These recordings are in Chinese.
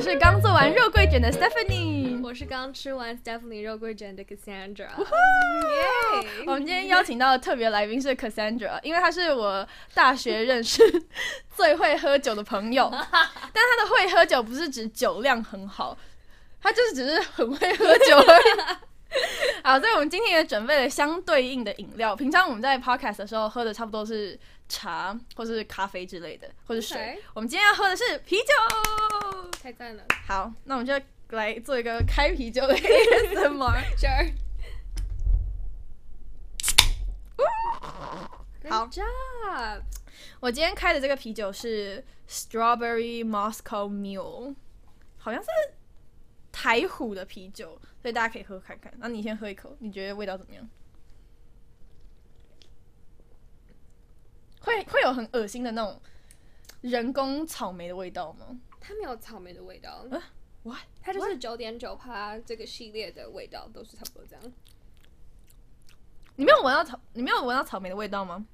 是刚做完肉桂卷的 Stephanie。我是刚吃完 Stephanie 肉桂卷的 Cassandra。我们今天邀请到的特别来宾是 Cassandra，因为她是我大学认识 最会喝酒的朋友，但她的会喝酒不是指酒量很好，她就是只是很会喝酒而已。好，所以我们今天也准备了相对应的饮料。平常我们在 podcast 的时候喝的差不多是茶或是咖啡之类的，或是水。 OK 我们今天要喝的是啤酒。太赞了好，那我们就来做一个开啤酒的 ASMR。 ，Sure。好 Good job。我今天开的这个啤酒是 Strawberry Moscow Mule，好像是台虎的啤酒，所以大家可以喝看看。那你先喝一口，你觉得味道怎么样？会会有很恶心的那种人工草莓的味道吗？它没有草莓的味道啊。what？它就是九点九趴这个系列的味道都是差不多这样。你没有闻到草，你没有闻到草莓的味道吗？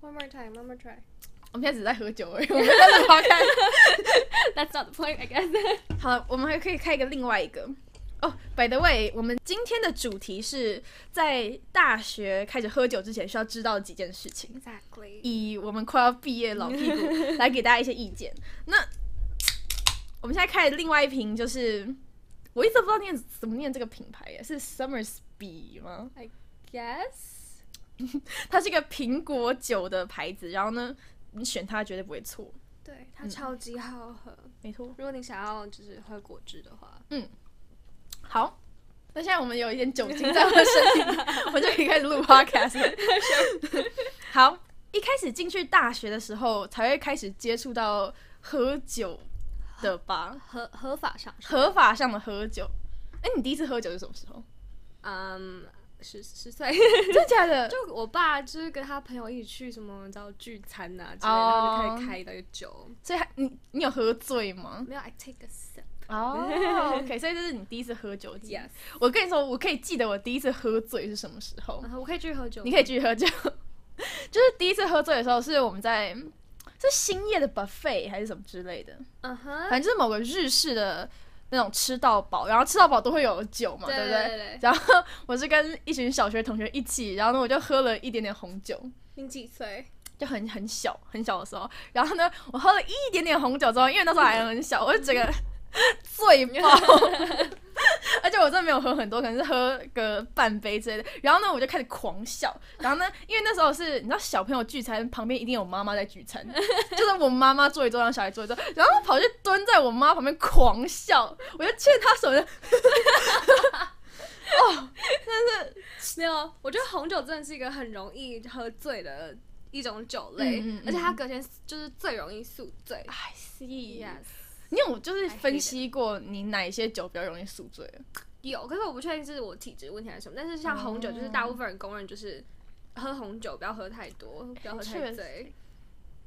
One more time, one more try. 我们现在只是在喝酒而已，我们在 这抛开。 That's not the point, I guess. 好了，我们还可以开一个另外一个。哦、b y the way，我们今天的主题是在大学开始喝酒之前需要知道的几件事情， Exactly. 以我们快要毕业老屁股来给大家一些意见。那我们现在开的另外一瓶就是，我一直都不知道念怎么念这个品牌耶，是 Summersby 吗？ Yes. 它是一个苹果酒的牌子，然后呢，你选它绝对不会错，对，它超级好喝。没错。如果你想要就是喝果汁的 话，好，那现在我们有一点酒精在我的身体 里，我就可以开始录 podcast 了。好，一开始进去大学的时候，才会开始接触到喝酒的吧，合合法上市。合法上的喝酒。哎、你第一次喝酒是什么时候？嗯，十十 岁。真的假 的？就我爸就是跟他朋友一起去什么，你知道聚餐呐、之类的哦然后就开始开那个酒。所以还你你有喝醉吗？没有，I take a sip。哦、o k 所以这是你第一次喝酒的 Yes。我跟你说，我可以记得我第一次喝醉是什么时候。然嗯后我可以继续喝酒吗。你可以继续喝酒。 就是第一次喝醉的时候，是我们在是兴业的 buffet 还是什么之类的，嗯反哼。正就是某个日式的那种吃到饱，然后吃到饱都会有酒嘛，对不对对？对。然后 我是跟一群小学同学一起，然后呢我就喝了一点点红酒，你几岁？就很很小很小的时候，然后呢我喝了一点点红酒之后，因为那时候还很小，我就整个醉爆，而且我真的没有喝很多，可能是喝个半杯之类的。然后呢，我就开始狂笑。然后呢，因为那时候是你知道小朋友聚餐，旁边一定有妈妈在聚餐，就是我妈妈坐一桌，让小孩坐一桌，然后我跑去蹲在我妈旁边狂笑，我就欠她手就没有，我觉得红酒真的是一个很容易喝醉的一种酒类，嗯嗯嗯而且它隔天就是最容易宿醉。 I see。 Yes，你有就是 I hate 分析过你哪一些酒比较容易宿醉？有，可是我不确定是我体质问题还是什么，但是像红酒，就是大部分人公认就是喝红酒不要喝太多，不要喝确太实醉。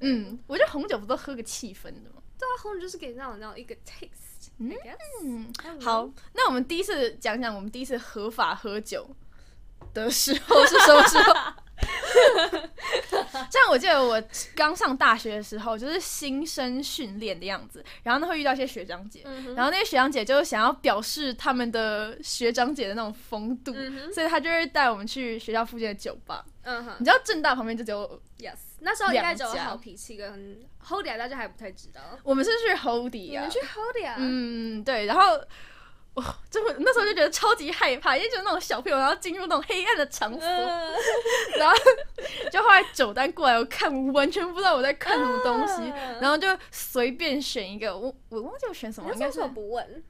嗯，我觉得红酒不都喝个气氛的吗？对啊，红酒就是给那种那种一个 taste，嗯 I guess 嗯， I don't know。好，那我们第一次讲讲我们第一次合法喝酒的时候是什么时候？像我记得我刚上大学的时候，就是新生训练的样子，然后呢会遇到一些学长姐，嗯哼，然后那些学长姐就想要表示他们的学长姐的那种风度，嗯哼，所以他就会带我们去学校附近的酒吧。嗯哼你知道正大旁边就只有 Uh-huh. ，yes，那时候应该只有两家好脾气跟 hold 大家还不太知道。我们是去 Hody 你呀、们去啊 hold 呀？嗯，对，然后哇，就会那时候就觉得超级害怕，因为就是那种小朋友，然后进入那种黑暗的场所，呃然后就后来酒单过来，我看我完全不知道我在看什么东西，啊然后就随便选一个，我我忘记我选什么，你应那该时是候为什么不问？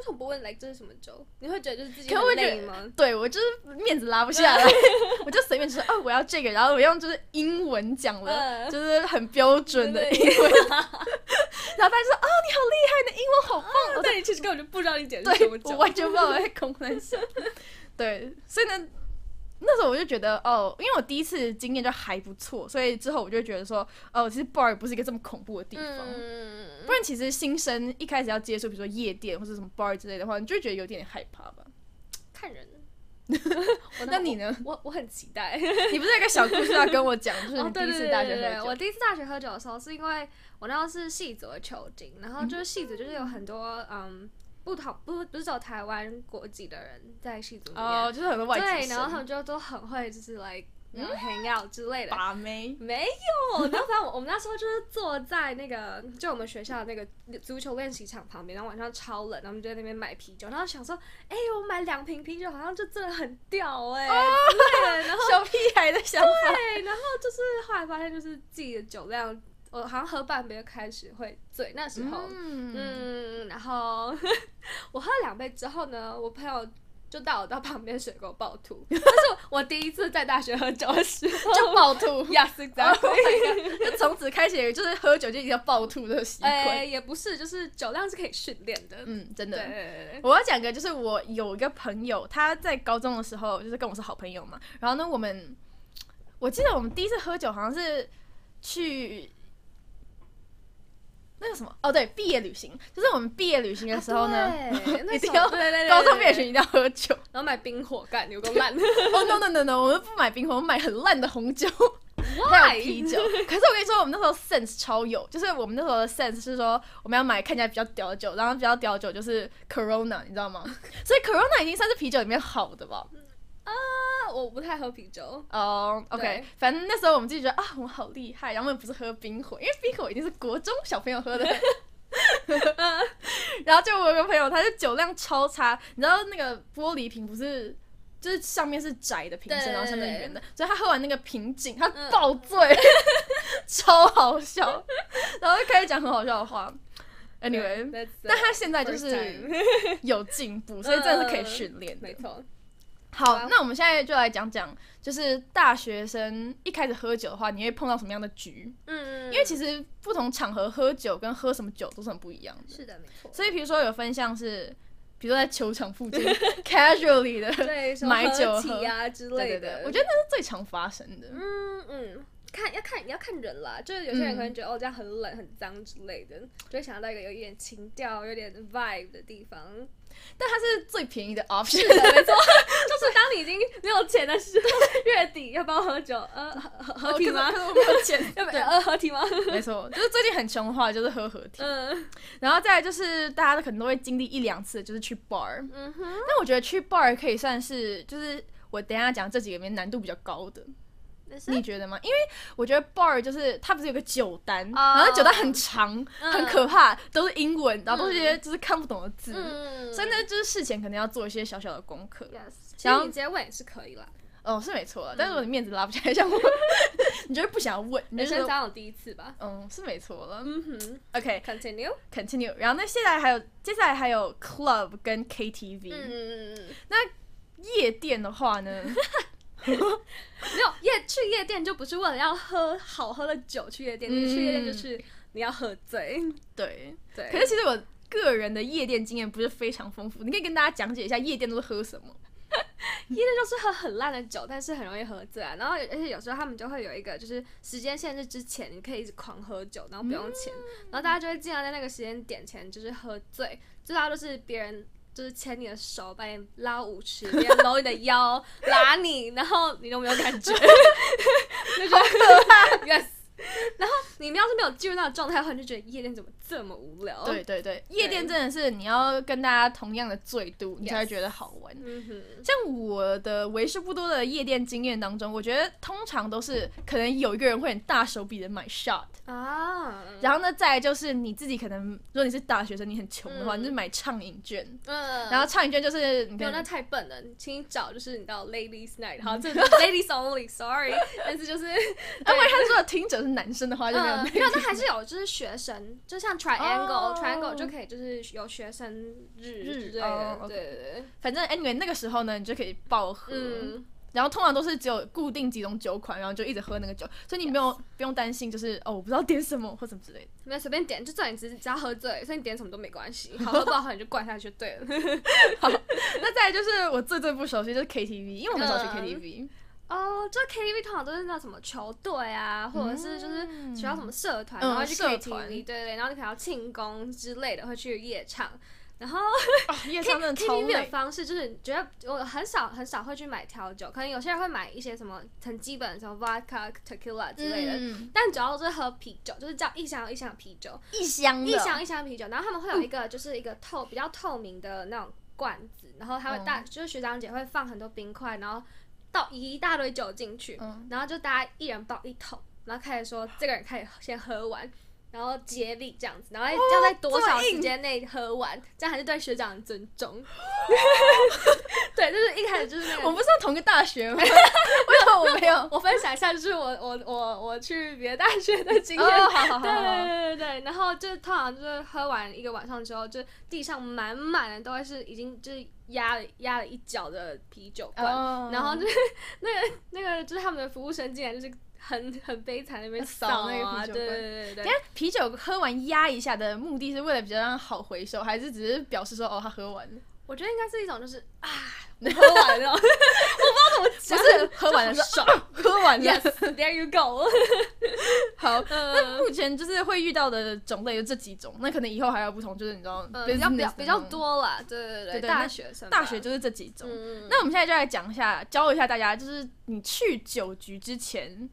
为什么不问来这是什么酒？你会觉得就是自己可很我觉得累吗？对我就是面子拉不下来， 我就随便就说哦我要这个，然后我用就是英文讲了，嗯就是很标准的对英 文，然后他就说哦你好厉害，你的英文好棒哦，我对你其实根本就不知道啊你点的是什么对，我酒。完全不知道我在恐难笑。对，所以呢，那时候我就觉得，哦，因为我第一次经验就还不错，所以之后我就觉得说，哦，其实 bar 不是一个这么恐怖的地方。 嗯不然，其实新生一开始要接触，比如说夜店或者什么 bar 之类的话，你就会觉得有点害怕吧？看人。我那你呢？我我很期待。你不是有一个小故事要跟我讲，就是哦，你第对一对次对大对学对，喝我酒，第一次大学喝酒的时候，是因为我那时候是戏组的球精，然后就是戏组就是有很多嗯不同不不是只有台湾国籍的人在戏组里面，哦，就是很多外籍对，然后他生嗯们就都很会就是 like 然后 hang out 之类的。把 妹，没有，然后反正我我们那时候就是坐在那个，就我们学校那个足球练习场旁边，然后晚上超冷，然后我们就在那边买啤酒，然后想说，哎、我买两瓶啤酒好像就真的很屌哎、哦对，然后小屁孩的想法，对，然后就是后来发现，就是自己的酒量，我好像喝半杯就开始会醉，那时候，嗯，嗯，然后 我喝了两杯之后呢，我朋友。就带我到旁边水沟暴吐，这是我第一次在大学喝酒的时候。就暴吐， Oh yes exactly， 就从此开始就是喝酒就一定要暴吐的习哎、惯，也不是，就是酒量是可以训练的。嗯，真对的对。对对 我要讲个，就是我有一个朋友，他在高中的时候就是跟我是好朋友嘛。然后呢，我们我记得我们第一次喝酒好像是去那个什么哦，对，毕业旅行，就是我们毕业旅行的时候呢， 对那一时定候要对啊对对对高中毕业旅对行一定要喝酒。然后买冰火干，有够 烂。哦、no no no no，我们不买冰红，我们买很烂的红酒。还有啤酒。可是我跟你说，我们那时候 sense 超有，就是我们那时候的 sense 是说我们要买看起来比较屌的酒，然后比较屌的酒就是 Corona，你知道吗？所以 Corona 已经算是啤酒里面好的吧。那我不太喝啤酒，哦、o k 对反正那时候我们自己觉得啊，我们好厉害，然后我们不是喝冰火，因为冰火一定是国中小朋友 喝的。然后就我有个朋友，他就酒量超差，你知道那个玻璃瓶不是，就是上面是窄的瓶身，对然后上面对是圆的，所以他喝完那个瓶颈，他嗯爆醉，超好笑，然后就开始讲很好笑的话。Anyway，对，that's 但 the 他现在就 first 是 time 有进步，所以真的是可以训练的没。错，好，那我们现在就来讲讲，就是大学生一开始喝酒的话，你会碰到什么样的局？嗯，因为其实不同场合喝酒跟喝什么酒都是很不一样的。是的，没错，所以比如说有分项是，比如说在球场附 近 casually 的，嗯对对，什买么酒合体喝啊之类对的对，，我觉得那是最常发生的。嗯嗯，看要看要看人啦，就是有些人可嗯能觉得、哦这样很冷很脏之类的，就会想要到一个有一点情调、有点 vibe 的地 方。但它是最便 宜的 option，没错， 就是当你已经没有钱的时候，月底要不要喝酒？呃，合合合体吗哦可？是我没有钱。要不要呃合体吗？ 没错，就是最近很穷的话，就是喝合体。嗯然后再来就是大家都可能都会经历一两次，就是去 bar。嗯哼，但我觉得去 bar 可以算是，就是我等一下讲这几个里面难度比较高的，那是你觉得吗？因为我觉得 bar 就是它不是有个酒单，哦然后酒单很长，嗯很可怕，都是英文，然后都是一些就是看不懂的字，嗯所以呢，就是事前可能要做一些小小的功课。 ，yes，其然后实你直接问也是可以啦。哦，是没错嗯啦，但是我的面子拉不下来，像我， 你就是不想问，你就人是生说当有第一次吧。嗯，是没错了。嗯哼 OK，continue、 ，continue。然后那现在还有接下来还有 club 跟 KTV，、嗯，嗯嗯夜店的话呢， 没有夜去夜店就不是为了要喝好喝的酒去夜店，嗯去夜店就是你要喝醉。对，对，可是其实我个人的夜店经验不是非常丰富，你可以跟大家讲解一下夜店都是喝什么？夜店就是喝很烂的酒，但是很容易喝醉啊。然后而且有时候他们就会有一个就是时间限制之前，你可以一直狂喝酒，然后不用钱，嗯然后大家就会尽量在那个时间点前就是喝醉，最大就是别人。就是牵你的手，把你拉舞池，别人搂你的腰，拉你，然后你都没有感觉， 就觉得 yes。然后你们要是没有进入那个状态的话，你就觉得夜店怎么这么无聊？对，对对，夜店真的是你要跟大家同样的醉度，你才会 Yes 觉得好玩。嗯哼，像我的为数不多的夜店经验当中，我觉得通常都是可能有一个人会很大手笔的买 shot，啊，然后呢，再来就是你自己可能，如果你是大学生，你很穷的话，嗯你就买畅饮券。嗯然后畅饮券就是你没有，那看，太笨了。请你找就是你知道 ladies night，好，嗯这个 ladies only，sorry，但是就是那万一哎他说的听者是男生的话，就没有那嗯，个。没有，但还是有就是学生，就像 triangle、哦 triangle 就可以就是有学生日日之类哦的， ，OK 对对对， 反正 anyway 那个时候呢，你就可以爆喝，嗯，然后通常都是只有固定几种酒款，然后就一直喝那个酒，所以你不用不用担心，就是哦我不知道点什么或什么之类的。没有随便点，就重点只是只要喝醉，所以你点什么都没关系，好喝不好喝你就灌下去就对 了。那再来就是我最最不熟悉就是 KTV，因为我很少去嗯 KTV，、哦，就 KTV 通常都是那什么球队啊，或者是就是学校什么社团，嗯然后去社团 KTV，对对，然后你可能要庆功之类的，会去夜唱。然后 哦夜唱真的超 KTV 的累，方式就是觉得我很少很少会去买调酒，可能有些人会买一些什么很基本的什么 vodka、tequila 之类的，嗯，但主要是喝啤酒，就是这样一箱一箱啤酒，一箱的一箱一箱啤酒，然后他们会有一个就是一个透比较透明的那种罐子，然后他会嗯大、就是学长姐会放很多冰块，然后倒一大堆酒进去，嗯然后就大家一人抱一桶，然后开始说这个人开始先喝完。然后接力这样子，然后要在多少时间内喝完，这样还是对学长的尊重。 对，就是一开始就是那个我们不是上同个大学吗？ 为什么我没有？ 我分享一下，就是我我我我去别的大 学的经验。哦好好好好对对对对对，然后就是通常就是喝完一个晚上之后，就地上满满的都会是已经就是压了压了一脚的啤酒罐，哦然后就是 那个那个就是他们的服务生竟然就是很很悲惨地那边扫扫那个啊，啤酒对罐对对对等一对下，啤酒喝完压一下的目的是为了比较让它好回收，还是只是表示说哦他喝完了？ 我觉得应该是一种就是啊，我喝完了，我不知道怎不么是喝完了就说 好爽啊喝完了。 ，Yes，there you go。好，嗯。目前就是会遇到的种类就这几种，那可能以后还有不同，就是你知道呃，比较比较 business 比较那种，多啦，对对对对对那大学生吧大学就是这几种。嗯，那我们现在就来讲一下，教一下大家，就是你去酒局之前，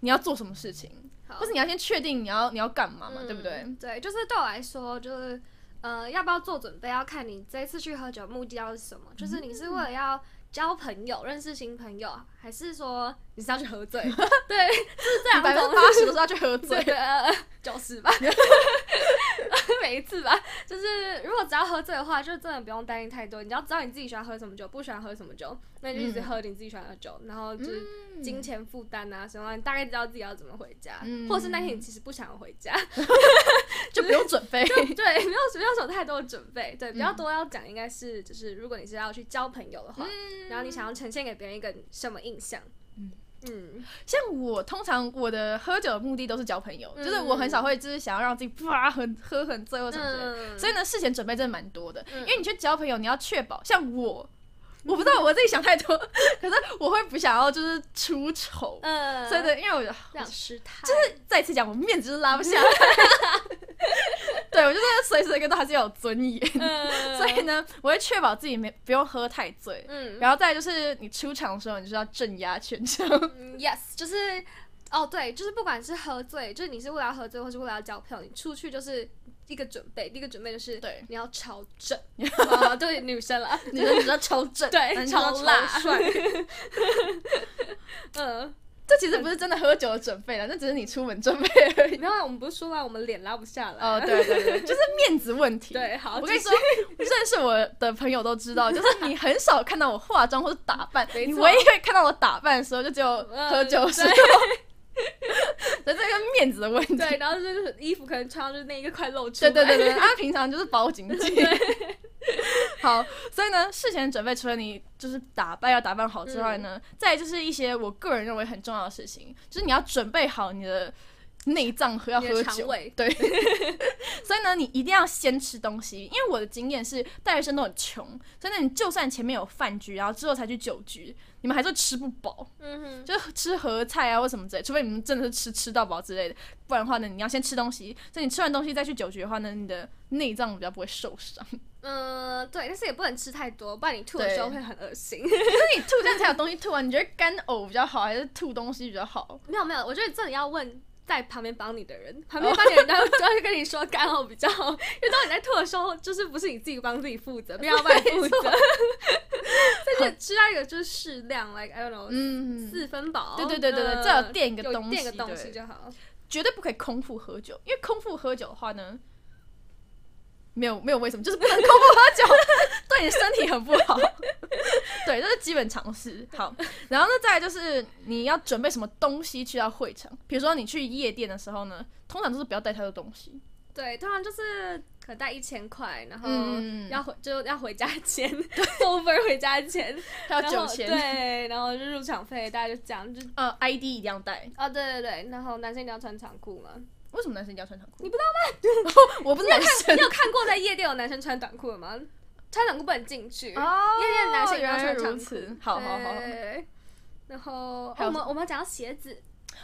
你要做什么事情，好或是你要先确定你要你要干嘛嘛，嗯对不对？？对，就是对我来说，就是呃，要不要做准备，要看你这一次去喝酒目的要是什么，就是你是为了要。交朋友，认识新朋友，还是说你是要去喝醉？ 对，啊就是这百分两之种八十都是要去喝醉，对，呃九十吧， 每一次吧。就是如果只要喝醉的话，就真的不用担心太多。你只要知道你自己喜欢喝什么酒，不喜欢喝什么酒，那你就一直嗯喝你自己喜欢的酒，然后就是嗯金钱负担啊什么，你大概知道自己要怎么回家，嗯或是那天你其实不想回家，就不用准备。 对，没有没有什么太多的准备，对，嗯比较多要讲应该是就是如果你是要去交朋友的话，然后你想要呈现给别人一个什么印象，嗯嗯像我通常我的喝酒的目的都是交朋友，嗯就是我很少会就是想要让自己啪很喝很醉或什么之类的。嗯，所以呢，事前准备真的蛮多的，嗯因为你去交朋友，你要确保像我，我不知道我自己想太多， 可是我会不想要就是出丑，嗯，所以呢，因为我这样失态，再次讲，我面子就是拉不 下来。对，我就是随时一个都还是要有尊严，嗯所以呢，我会确保自己没不用喝太醉。嗯然后再来就是你出场的时候，你就是要镇压全场。嗯，yes，就是。哦，对，就是不管是喝醉，就是你是为了要喝醉，或是为了要交朋友，你出去就是一个准备，第一个准备就是对，你要超正， 啊对女生啦，你的你要超正对男生要超辣帅。 嗯，这其实不是真的喝酒的准备了，那只是你出门准备而已。没有，啊我们不是说了，我们脸拉不下来。 哦，对对对，就是面子问题。对，好，我跟你继说续，认识 我的朋友都知道，就是你很少看到我化妆或者打扮，没你错唯一会看到我打扮的时候，就只有喝酒的时候。 所以这个面子的问题。对，然后就是衣服可能穿上就是那一个快露出对来，对对对，他平常就是包紧紧。 好，所以呢，事前准备除了你就是打扮要打扮好之外嗯呢，再来就是一些我个人认为很重要的事情，就是你要准备好你的内脏和要你喝的肠酒，胃对。 所以呢，你一定要先吃东西，因为我的经验是大学生都很穷，所以呢，你就算前面有饭局，然后之后才去酒局，你们还是吃不饱，嗯哼，就是吃盒菜啊或什么之类，除非你们真的是吃吃到饱之类的，不然的话呢，你要先吃东西，所以你吃完东西再去酒局的话呢，你的内脏比较不会受伤， 嗯、对，但是也不能吃太多，不然你吐的对时候会很恶心。 那你吐这样才有东西吐啊。你觉得干呕比较好，还是吐东西比较好？没有没有，我觉得这里要问在旁边帮你的人，旁边帮你的人他 会他会跟你说干呕比较好， 因为当你在吐的时候，就是不是你自己帮自己负责，别人要帮你负 责。这就吃到一个就是适量，like I don't know，、嗯，四分饱。对对对对对，嗯这有垫一个有东西，垫个东西对就好。绝对不可以空腹喝酒，因为空腹喝酒的话呢，没有没有为什么，就是不能空腹喝酒， 对你身体很不好。 对，这是基本常识。好，然后呢，再来就是你要准备什么东西去到会场，比如说你去夜店的时候呢，通常都是不要带太多东西。对，通常就是可带一千块，然后嗯要回、就要回家前 ，over 回家前， 还有然酒后钱，对，然后就入场费，大家就这样就呃，ID 一定要带。啊、对对对，然后男生一定要穿长裤嘛。为什么男生一定要穿长裤？你不知道吗？ 我不是男生你有看过在夜店有男生穿短裤的吗？穿短裤不能进去， 哦夜店的男生一定要原来穿如长此裤。好好好对然后、哦还有我什们我们讲到鞋子，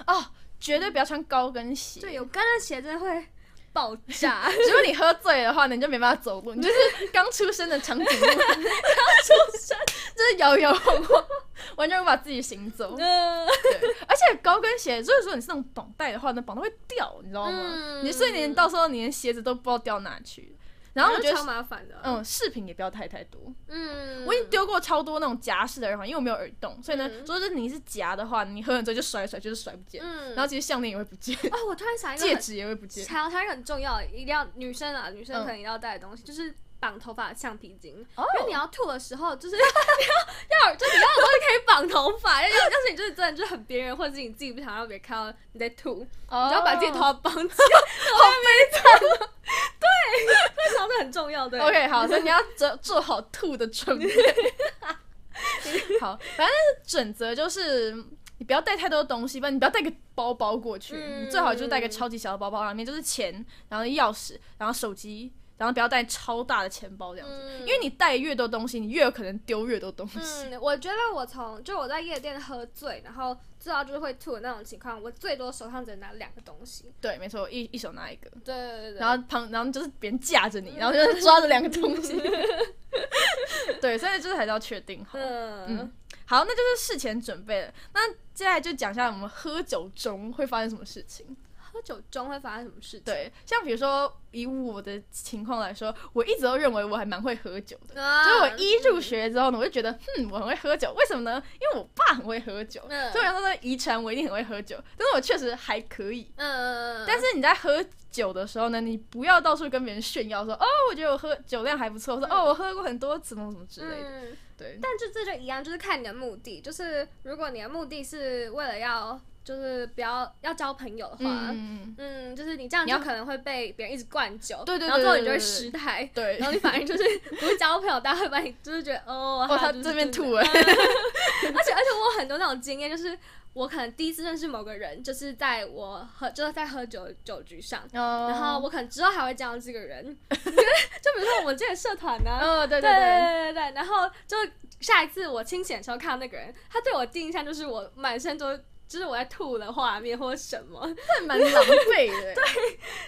哦，绝对不要穿高跟鞋。对，有跟的鞋子会爆 炸。如果你喝醉的话呢，你就没办法走路，你 就是刚出生的长颈鹿，刚出生就是摇摇晃晃，完全无法自己行 走。嗯对，而且高跟鞋，如果说你是那种绑带的话，那绑带会掉，你知道嗯吗？你所以你到时候你连鞋子都不知道掉哪去。然后我觉超得，麻烦的。嗯，饰品也不要太太多。嗯，我已经丢过超多那种夹式的耳环，因为我没有耳洞，所以呢，嗯说是你是夹的话，你喝很醉就甩一甩，就是甩不见。嗯，然后其实项链也会不见，哦，我突然想一个戒很指也会不见。还有还有一个很重要，一定要女生啊，女生嗯可能一定要带的东西、就是绑头发的橡皮筋，哦因为你要吐的时候，就是要要就你要有东西可以绑头发，要要要是你就是真的就是很别人，或者是你自己不想让别人看到你在吐，你你就要把自己头头。发绑起来，好悲惨哦。对，非常的很重要，对。 OK，好，所以你要做做好吐的准 备。好，反正准则就是你不要带太多东西，不然你不要带个包包过去，嗯你最好就是带个超级小的包包，里面就是钱，然后钥匙，然后手机，然后不要带超大的钱包这样子，嗯因为你带越多东西，你越有可能丢越多东西。嗯，我觉得我从就我在夜店喝醉，然后醉到就是会吐的那种情况，我最多手上只能拿两个东西。对，没错，一一手拿一个，对对对对。嗯然后旁然后就是别人架着你，然后就是抓着两个东 西。对，所以就是还是要确定好。嗯嗯，好，那就是事前准备了。那接下来就讲一下我们喝酒中会发生什么事情。喝酒中会发生什么事情？对，像比如说以我的情况来说，我一直都认为我还蛮会喝酒的。啊，所以我一一入学之后呢，我就觉得，哼，我很会喝酒。为什么呢？因为我爸很会喝酒，嗯所以我想说呢遗传我一定很会喝酒。但是我确实还可以。嗯，但是你在喝酒的时候呢，你不要到处跟别人炫耀说，哦，我觉得我喝酒量还不错，说嗯哦，我喝过很多次什么什么之类的。嗯，对，但就这就一样，就是看你的目的，就是如果你的目的是为了要就是不要要交朋友的话。嗯嗯，就是你这样你就要可能会被别人一直灌酒，对对对然后最后你对就会对对失态，对然。后你反而就是不交朋友，大家会把你就是觉得 哦，哦，他就是这边真的吐了。 而且而且我有很多那种经验，就是我可能第一次认识某个人，就是在我喝就是在喝酒酒局上，然然 后我可能之后还会见到这个人， 就比如说我们这个社团呢、啊。哦，对对对对，对对对，然后就下一次我清醒的时候看到那个人，他对我第一印象就是我满身都就是我在吐的画面或者什么，但蛮狼 狈的。对，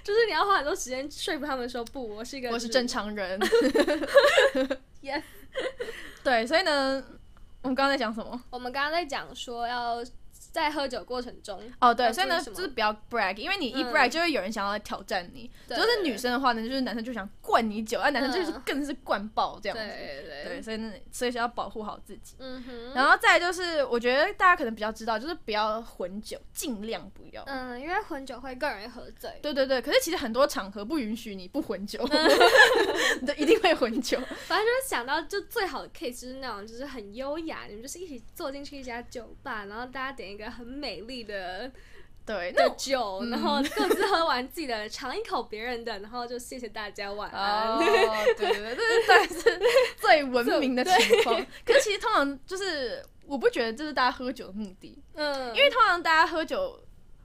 就是你要花很多时间说服他们说不，我是一个我是正常人。 Yes 对，所以呢，我们刚刚在讲什么？我们刚刚在讲说要在喝酒过程中，哦，对，要所以注呢，意什么就是不要 brag，因为你一嗯 brag 就会有人想要来挑战你。对如果是女生的话呢，就是男生就想灌你酒，啊，男生就是嗯更是灌爆这对样子。对对对，所以呢，所以是要保护好自己。嗯哼，然后再来就是，我觉得大家可能比较知道，就是不要混酒，尽量不要。嗯，因为混酒会更容易喝醉。对对对，可是其实很多场合不允许你不混酒，嗯 你都一定会混酒。反正就是想到，就最好的 case 就是那种，就是很优雅，你们就是一起坐进去一家酒吧，然后大家点一个很美丽的对，那的酒，然后各自喝完自己的，尝一口别人的，然后就谢谢大家晚安。哦，对对对，这是算是最文明的情况。可是其实通常就是，我不觉得这是大家喝酒的目的，嗯，因为通常大家喝酒，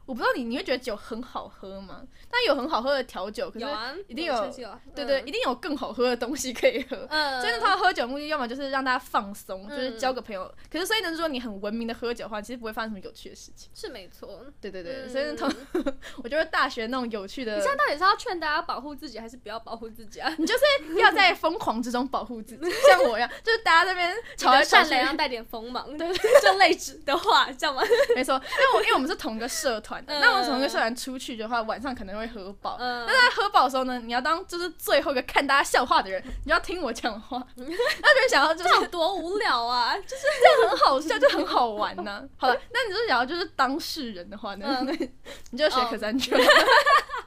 我不知道你你会觉得酒很好喝吗？但有很好喝的调酒，可是有啊，一定我有确实有，对对，嗯一定有更好喝的东西可以喝。嗯，所以呢，通常喝酒的目的，要么就是让大家放松，就是嗯交个朋友。可是所以呢，如果你很文明的喝酒的话，其实不会发生什么有趣的事情。是没错。对对对，嗯所以呢，通你 我觉得大学那种有趣的现，在到底是要劝大家保护自己，还是不要保护自己啊？你就是要在疯狂之中保护自己，像我一样，就是大家这边吵你来的吵善 去，良要带点锋芒，对，就类似的话，这样吗？没错，因为我因为我们是同一个社团的，嗯那我们同一个社团出去的话，晚上可能会喝饱。嗯那，在喝饱的时候呢，你要当就是最后一个看大家笑话的人，你就要听我讲 话。那就想要就这是样多无聊啊！很好笑，就很好玩呢、 好了，那你就想要就是当事人的话呢，嗯 你就学可三圈。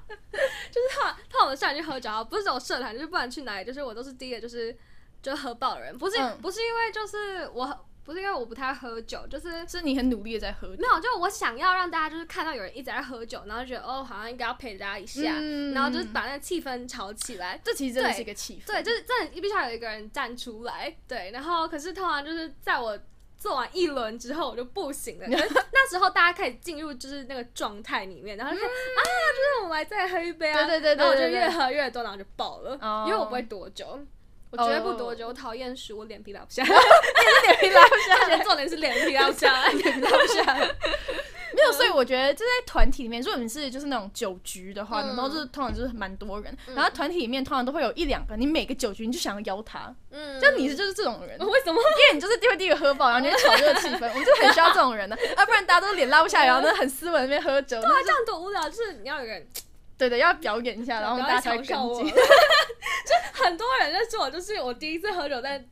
他他我们上去喝酒啊，不是这种社团，就是不管去哪里，就是我都是第一个就是就喝爆的人，不是、嗯不是因为就是我不是因为我不太喝酒，就是。是你很努力的在喝酒，没有，就我想要让大家就是看到有人一直在喝酒，然后觉得哦，好像应该要陪大家一下，嗯然后就是把那个气氛炒起来。这其实真的是一个气氛。对，就是真的必须要有一个人站出来。对，然后可是通常就是在我做完一轮之后，我就不行了。就是 那时候大家开始进入就是那个状态里面，然后就开始、啊，就是我们来再喝一杯啊，嗯对对对对然后我就对对越喝越多，然后就爆了，哦因为我不会多久。我绝对不多久，我讨厌输，我脸皮拉不下来。 脸皮拉不下 而且重点是脸皮拉不下来。 来，脸皮拉不下来。没有，所以我觉得就在团体里面，如果你是就是那种酒局的话，嗯然后就是通常就是蛮多人，嗯然后团体里面通常都会有一两个，你每个酒局你就想要邀他， 嗯，就你是就是这种人，因为什么？ 为你就是第会第一个喝爆，然后你就炒热气氛，我们就很需要这种 人的，啊，不然大家都脸拉不下来，然后呢很斯文在那边喝酒，哇，这样多无聊！就是你要有人，对对，要表演一下，然后不要大家再才会嘲笑跟我进 了。。就很多人认识我，就是我第一次喝酒在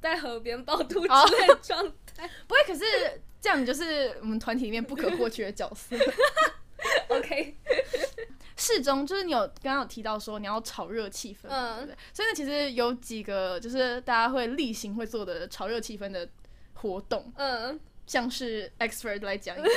在河边暴吐哦之类的状 态。 不会，可是这样你就是我们团体里面不可或缺的角色。 OK，适中就是你有刚刚有提到说你要炒热气氛，嗯对不对？所以呢，其实有几个就是大家会例行会做的炒热气氛的活动，嗯，像是 expert 来讲一 个，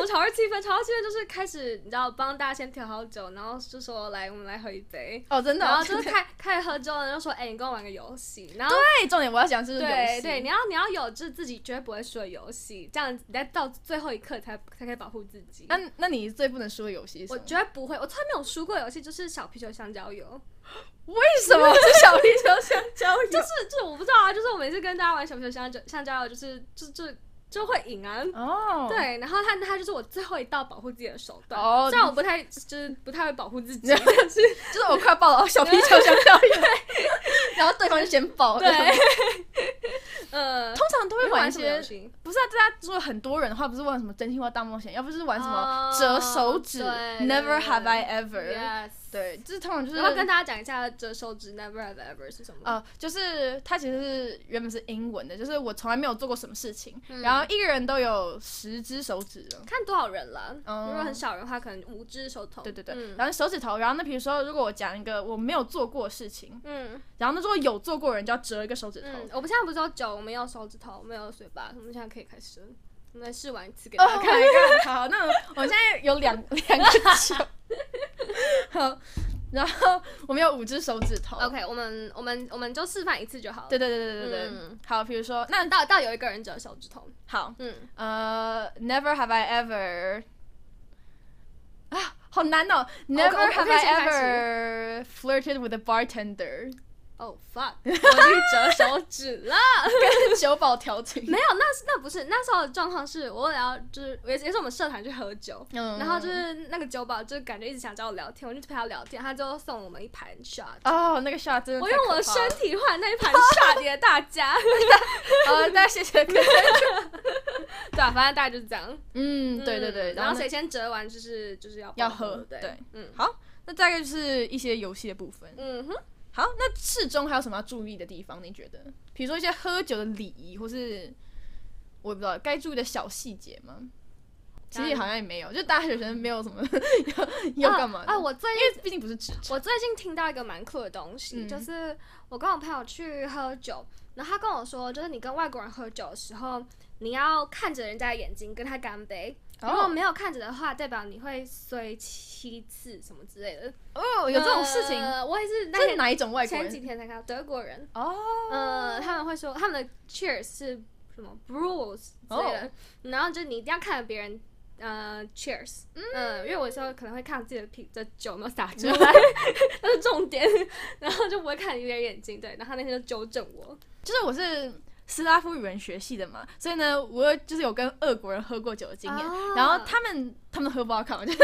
我炒热气氛，炒热气氛就是开始，你知道，帮大家先调好酒，然后就说来，我们来喝一杯。哦，真的哦、然后就是开开始喝之后呢，就说哎、你跟我玩个游戏，然后对，重点我要讲的是游对戏对，你要你要有就是自己绝对不会输的游戏，这样你在到最后一刻才才可以保护自己。那那你最不能输的游戏是什我么？绝对不会，我从来没有输过游戏，就是小皮球香蕉油，为什么是小皮球香蕉油？ 就是就是我不知道啊，就是我每次跟大家玩小皮球香蕉香蕉油，就是就就就会赢啊。哦，，对，然后他他就是我最后一道保护自己的手段，哦虽然我不太就是不太会保护自 己，就是我快爆了，哦，小皮球香蕉 油，然后对方就先爆，对 通， 呃，常都会你玩一什么游些戏？不是啊，大家如果很多人的话，不是玩什么真心话大冒险，要不是玩什么哦折手指、对 n e v e r 对 have I ever，、 Yes，对，就是通常就是然后跟大家讲一下折手指 never have ever 是什么？呃，就是它其实是原本是英文的，就是我从来没有做过什么事情，嗯然后一个人都有十只手指了。看多少人了。嗯如果很少人的话，可能五只手头。对对对，嗯然后手指头，然后那比如说，如果我讲一个我没有做过的事情，嗯然后那如果有做过的人就要折一个手指头，嗯，我们现在不是有酒，我们有手指头，我们有嘴巴，我们现在可以开始了。我们来试玩一次给哦，大看家看。看，好，那我现在有两 两个球，好，然后我们有五只手指头 OK，我们我们我们就示范一次就好了。对对对对对对，嗯好，比如说，那到到有一个人折手指头，好，嗯，呃，Never have I ever，啊，好难哦我可我，Never 可 have 以先 I ever flirted with a bartender， 哦、fuck，我去折手指了。跟酒保调情，没有，那是那不是那时候的状况是，我聊就是也是也是我们社团去喝酒，嗯然后就是那个酒保就感觉一直想找我聊天，我就陪他聊天，他就送我们一盘 shot。哦，那个 shot 真的我太用可我的怕身了，体换那 一盘 shot 给大家， 好，大家哦谢 谢，对啊，反正大概就是这样。嗯，对对对，嗯然后呢谁先折完就是就是要要包喝对，对嗯那大概就是一些游戏的部分。嗯哼，好，那适中还有什么要注意的地方？你觉得？比如说一些喝酒的礼仪，或是我也不知道该注意的小细节吗？其实也好像也没有，就大学生没有什么 要要干嘛啊的啊我最因为毕竟不是职场。我最近听到一个蛮酷的东西，嗯就是我跟我朋友去喝酒，然后他跟我说，就是你跟外国人喝酒的时候，你要看着人家的眼睛跟他干杯，如果哦没有看着的话，代表你会随七次什么之类的。哦， 有这种事情，呃我也是那这是天哪一种外国前几人？天才看到德国人， 哦，呃，他们会说他们的 cheers 是什么 rules 之类哦的，然后就你一定要看着别人。呃、c h e e r s 嗯、因为我有时候可能会看自己的啤的酒有没有洒 出来， 那是重点，然后就不会看别人眼睛，对，然后他那天就纠正我，就是我是斯拉夫语文学系的嘛，所以呢，我就是有跟俄国人喝过酒的经验。啊然后他们他们喝 vodka 就是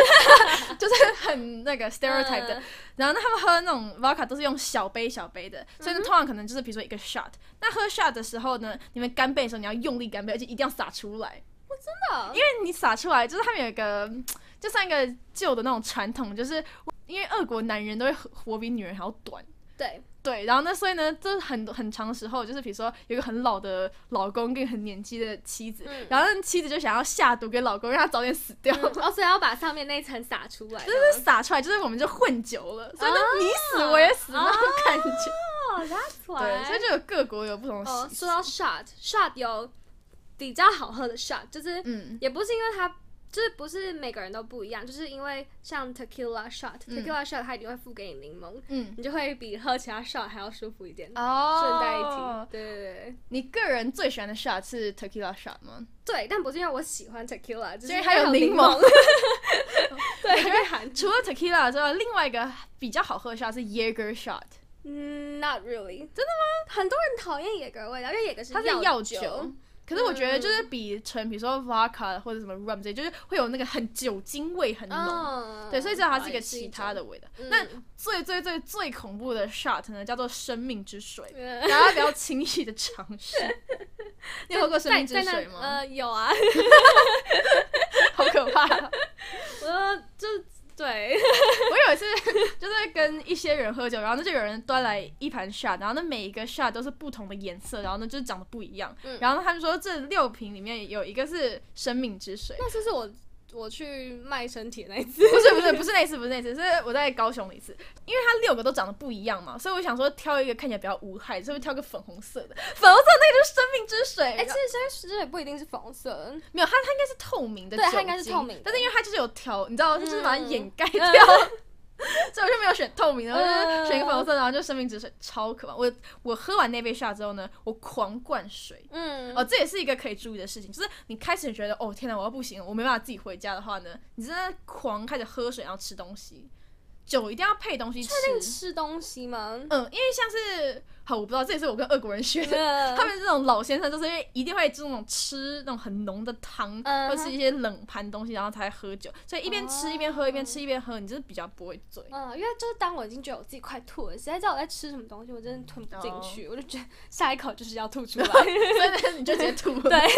就是很那个 stereotype 的，嗯然后呢，他们喝那种 vodka 都是用小杯小杯的，所以呢，通常可能就是比如说一个 shot。那喝 shot 的时候呢，你们干杯的时候你要用力干杯，而且一定要洒出来，真的，因因为你洒出来就是他们有一个嗯就像一个旧的那种传统，就是因为俄国男人都会活活比女人还要短。对，对，然后呢，所以呢，就是很很长时候，就是比如说有一个很老的老公跟很年轻的妻子，嗯然后那妻子就想要下毒给老公，让他早点死掉，嗯哦哦，所以要把上面那一层洒出 来，就是撒出来，就是我们就混酒了，所以呢，啊你死我也死那种感觉。哦，That's why，对，所以就有各国有不同的哦，习俗。说到 shot，shot 有比较好喝的 shot，就是嗯，也不是因为它，就是不是每个人都不一样，就是因为像 tequila 嗯 shot，tequila、shot 它一定会附给你柠檬，嗯，你就会比喝其他 shot 还要舒服一点。顺带一哦提，，对对对你个人最喜欢的 shot 是 tequila shot 吗？对，但不是因为我喜欢 tequila，就是因为它它有柠柠 檬，对，就会喊除了 tequila 之外，另外一个比较好喝的 shot 是 Jaeger shot，嗯，Not really，真的吗？很多人讨厌野格味道，因为野格是它是药酒。可是我觉得就是比成，比如说 vodka 或者什么 rum 这些，就是会有那个很酒精味很浓。嗯，对，所以至少它是一个也其他的味道。一种。那嗯最最最最恐怖的 shot 呢，叫做生命之水，呃大家不要轻易的尝 试。你有喝过生命之在在那水吗？呃，有啊， 好可怕！我说就对，我有一次 就是跟一些人喝酒，然后那就有人端来一盘 shot，然后那每一个 shot 都是不同的颜色，然后呢就是长得不一样。嗯然后他们说这六瓶里面有一个是生命之水， 那次是我我去卖身体那一次，不是不是不是那一次不是那一次，是我在高雄那一次，因为它六个都长得不一样嘛，所以我想说挑一个看起来比较无害，所以我挑个粉红色的，粉红色那个就是生命之水，哎，其实生命之水不一定是粉红 色的，没有它它应该是透明的酒对精，它应该是透明的但是因为它就是有调，你知道，它就是把它嗯掩盖掉。所以我就没有选透明的，我就嗯选一个粉红色，然后就生命之水，超可怕。我我喝完那杯 shot 之后呢，我狂灌水，嗯，哦，这也是一个可以注意的事情，就是你开始觉得哦天哪，我要不行了，我没办法自己回家的话呢，你真的狂开始喝水，然后吃东西，酒一定要配东西吃。那个吃东西 吗？嗯，因为像是好，我不知道，这也是我跟俄国人学的。嗯他们这种老先生，就是因为一定会这种吃那种很浓的汤，嗯或吃一些冷盘东西，然后才喝酒。所以一边吃一边喝，哦一边吃一边喝，你就是比较不会醉。嗯，因为就是当我已经觉得我自己快吐了，实在知道我在吃什么东西，我真的吞不进去，我就 觉得下一口就是要吐出 来。所以你就直接吐 了。对，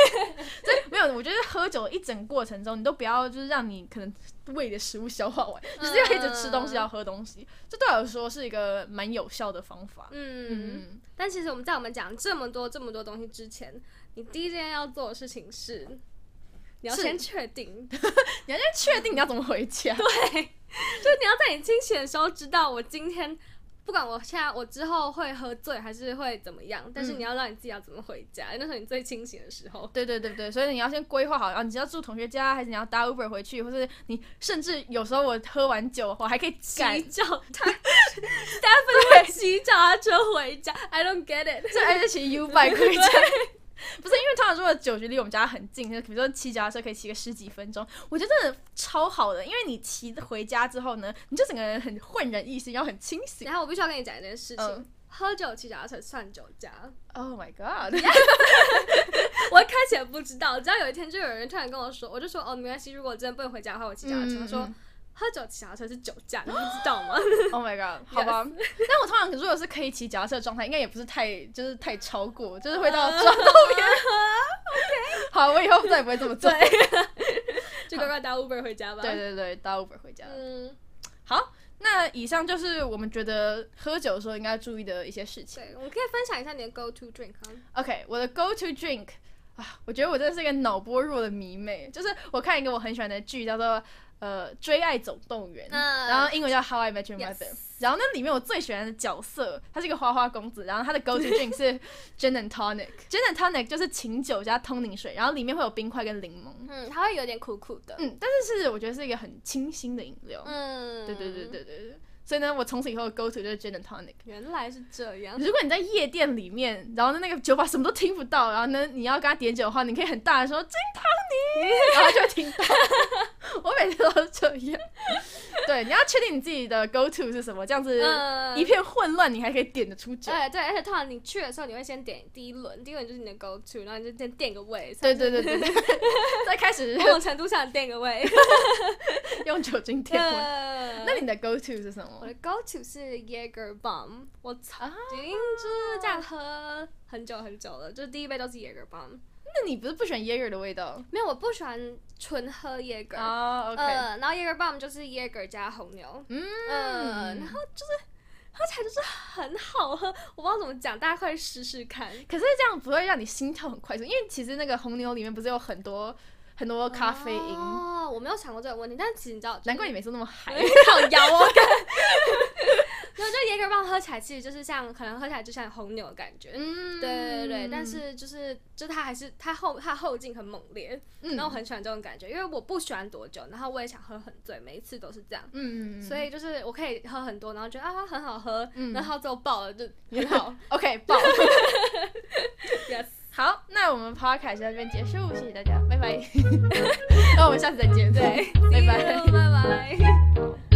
所以没有，我觉得喝酒一整过程中，你都不要就是让你可能胃的食物消化完，嗯就是要一直吃东西，要喝东西。这对我来说是一个蛮有效的方法。 嗯，嗯，但其实我们在我们讲这么多这么多东西之前，你第一件要做的事情是，你要是先确定， 就你要先确定你要怎么回家。是你要在你清醒的时候知道我今天。不管我现在我之后会喝醉还是会怎么样，但是嗯你要让你自己要怎么回家，那时候你最清醒的时候。 对对对对，所以你要先规划好，啊然后你是要住同学家，还是你要搭 Uber 回去，或是你甚至有时候我喝完酒，我还可以赶 骑脚踏，大家不会骑脚踏车回家？I don't get it。这而且骑 U bike 回家。 不是因为通常如果酒局离我们家很近，就比如说骑脚踏车可以骑个十几分钟，我觉得真的超好的。因为你骑回家之后呢，你就整个人很焕然一新，然后很清醒。然后我必须要跟你讲一件事情，嗯喝酒骑脚踏车算酒驾。 Oh my god！我一开始也不知道，直到有一天就有人突然跟我说，我就说哦没关系，如果真的不能回家的话，我骑脚踏车。他说嗯喝酒骑脚踏车是酒驾，你不知道 吗？ Oh my god！好吧，但我通常如果是可以骑脚踏车的状态，应该也不是太就是太超过，就是会到撞到别 人。好，我以后再也不会这么做。对就乖乖搭 Uber 回家吧。对对对，搭 Uber 回家。嗯，好，那以上就是我们觉得喝酒的时候应该注意的一些事情。对，我们可以分享一下你的 go to drink 啊。 OK，我的 go to drink 啊，我觉得我真的是一个脑波弱的迷妹。就是我看一个我很喜欢的剧，叫做呃《追爱总动员》，嗯然后英文叫《How I Met Your Mother》。 Yes 然后那里面我最喜欢的角色，他是一个花花公子，然后他的 go to drink 是 gin and tonic。gin and tonic 就是清酒加通灵水，然后里面会有冰块跟柠檬。嗯，它会有点苦苦的。嗯，但是是我觉得是一个很清新的饮料。嗯对对对。对对对。所以呢，我从此以后 go to 就是 gin and tonic。原来是这样，如果你在夜店里面，然后呢那个酒吧什么都听不到，然后呢你要跟他点酒的话，你可以很大的 说“金汤尼”，然后他就会听到。我每次都是这样。 对，你要确定你自己的 go to 是什么，这样子嗯一片混乱，你还可以点得出酒。哎，对，而且通常你去的时候，你会先点第一轮，第一轮就是你的 go to，然后你就先垫个位。对对对对，对 再开始 某种程度上垫个位。 用酒精点我。对那你的 go to 是什嗯我么的 go to 是 Jaeger Bomb，我曾啊？经就是这样喝很久很久了，就是第一杯都是 Jaeger Bomb。那你不是不喜欢 Jaeger 的味道没有，我不喜欢纯喝 Jaeger。啊？OK，嗯，然后 Jaeger Bomb 就是 Jaeger 加红牛，嗯嗯，然后就是喝起来就是很好喝，我不知道怎么讲，大家快试试看。可是这样不会让你心跳很快速，因为其实那个红牛里面不是有很多很多咖啡因。哦，我没有想过这个问题，但其实你知道，难怪你每次那么嗨。好摇哦， 感。没有，就椰格棒喝起来其实就是像，可能喝起来就像红牛的感觉。嗯对对对，但是就是就它还是它后它后劲很猛烈，嗯然后我很喜欢这种感觉，因为我不喜欢多久，然后我也想喝很醉，每一次都是这样，嗯，所以就是我可以喝很多，然后觉得啊它很好喝，嗯然后最后爆了就很好 OK 爆。 ，yes，好，那我们 podcast 就到这边结束，谢谢 大家，拜拜。那我们下次再见，对， 拜 See 拜 you，。拜拜。哦